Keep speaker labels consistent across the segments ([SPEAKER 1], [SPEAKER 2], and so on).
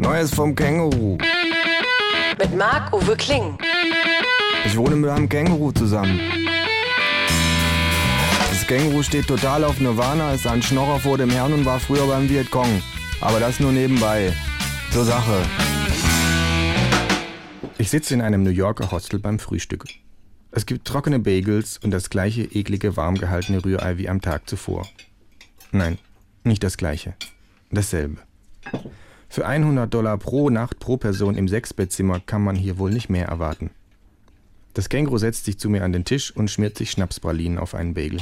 [SPEAKER 1] Neues vom Känguru.
[SPEAKER 2] Mit Marc-Uwe Kling.
[SPEAKER 1] Ich wohne mit einem Känguru zusammen. Das Känguru steht total auf Nirvana, ist ein Schnorrer vor dem Herrn und war früher beim Vietcong. Aber das nur nebenbei. Zur Sache. Ich sitze in einem New Yorker Hostel beim Frühstück. Es gibt trockene Bagels und das gleiche eklige, warm gehaltene Rührei wie am Tag zuvor. Nein, nicht das gleiche. Dasselbe. Für 100 Dollar pro Nacht pro Person im Sechsbettzimmer kann man hier wohl nicht mehr erwarten. Das Känguru setzt sich zu mir an den Tisch und schmiert sich Schnapspralinen auf einen Bagel.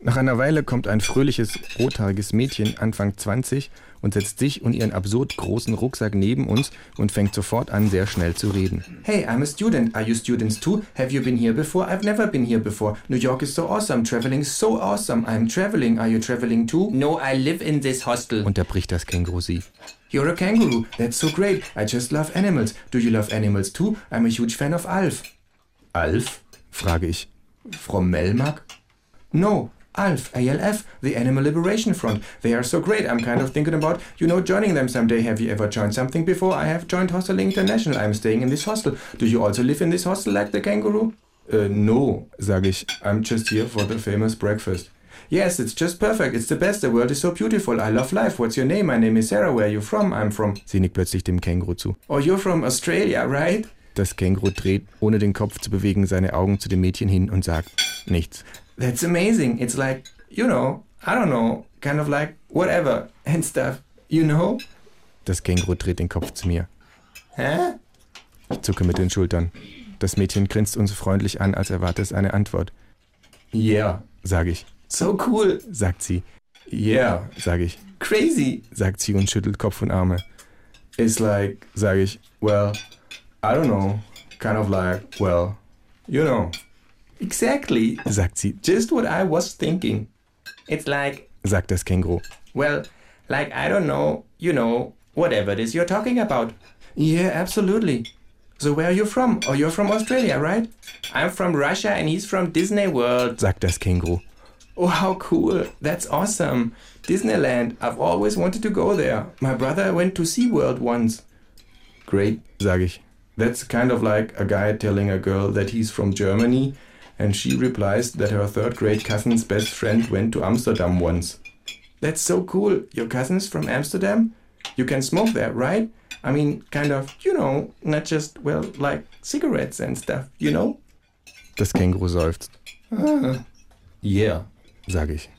[SPEAKER 1] Nach einer Weile kommt ein fröhliches, rothaariges Mädchen, Anfang 20, und setzt sich und ihren absurd großen Rucksack neben uns und fängt sofort an, sehr schnell zu reden. Hey, I'm a student. Are you students too? Have you been here before? I've never been here before. New York is so awesome. Traveling is so awesome. I'm traveling. Are you traveling too? No, I live in this hostel. Unterbricht das Känguru sie. You're a kangaroo. That's so great. I just love animals. Do you love animals too? I'm a huge fan of Alf. Alf? frage ich. From Melmark? No, ALF, ALF, the Animal Liberation Front. They are so great. I'm kind of thinking about, you know, joining them someday. Have you ever joined something before? I have joined Hostel International. I'm staying in this hostel. Do you also live in this hostel like the kangaroo? Uh, no, sage ich. I'm just here for the famous breakfast. Yes, it's just perfect. It's the best. The world is so beautiful. I love life. What's your name? My name is Sarah. Where are you from? I'm from. Sie nickt plötzlich dem Känguru zu. Oh, you're from Australia, right? Das Känguru dreht, ohne den Kopf zu bewegen, seine Augen zu dem Mädchen hin und sagt nichts. That's amazing. It's like, you know, I don't know, kind of like whatever and stuff, you know? Das Känguru dreht den Kopf zu mir. Hä? Ich zucke mit den Schultern. Das Mädchen grinst uns freundlich an, als erwarte es eine Antwort. Yeah, sage ich. So cool, sagt sie. Yeah, sage ich. Crazy, sagt sie und schüttelt Kopf und Arme. It's like, sage ich, well, I don't know, kind of like, well, you know. Exactly, sagt sie. Just what I was thinking. It's like, sagt das Känguru. Well, like I don't know, you know, whatever it is you're talking about. Yeah, absolutely. So where are you from? Oh, you're from Australia, right? I'm from Russia and he's from Disney World, sagt das Känguru. Oh, how cool. That's awesome. Disneyland. I've always wanted to go there. My brother went to SeaWorld once. Great, sage ich. That's kind of like a guy telling a girl that he's from Germany and she replies that her third grade cousin's best friend went to Amsterdam once. That's so cool. Your cousin's from Amsterdam? You can smoke there, right? I mean, kind of, you know, not just, well, like cigarettes and stuff, you know? Das Känguru seufzt. Ah. Yeah, sage ich.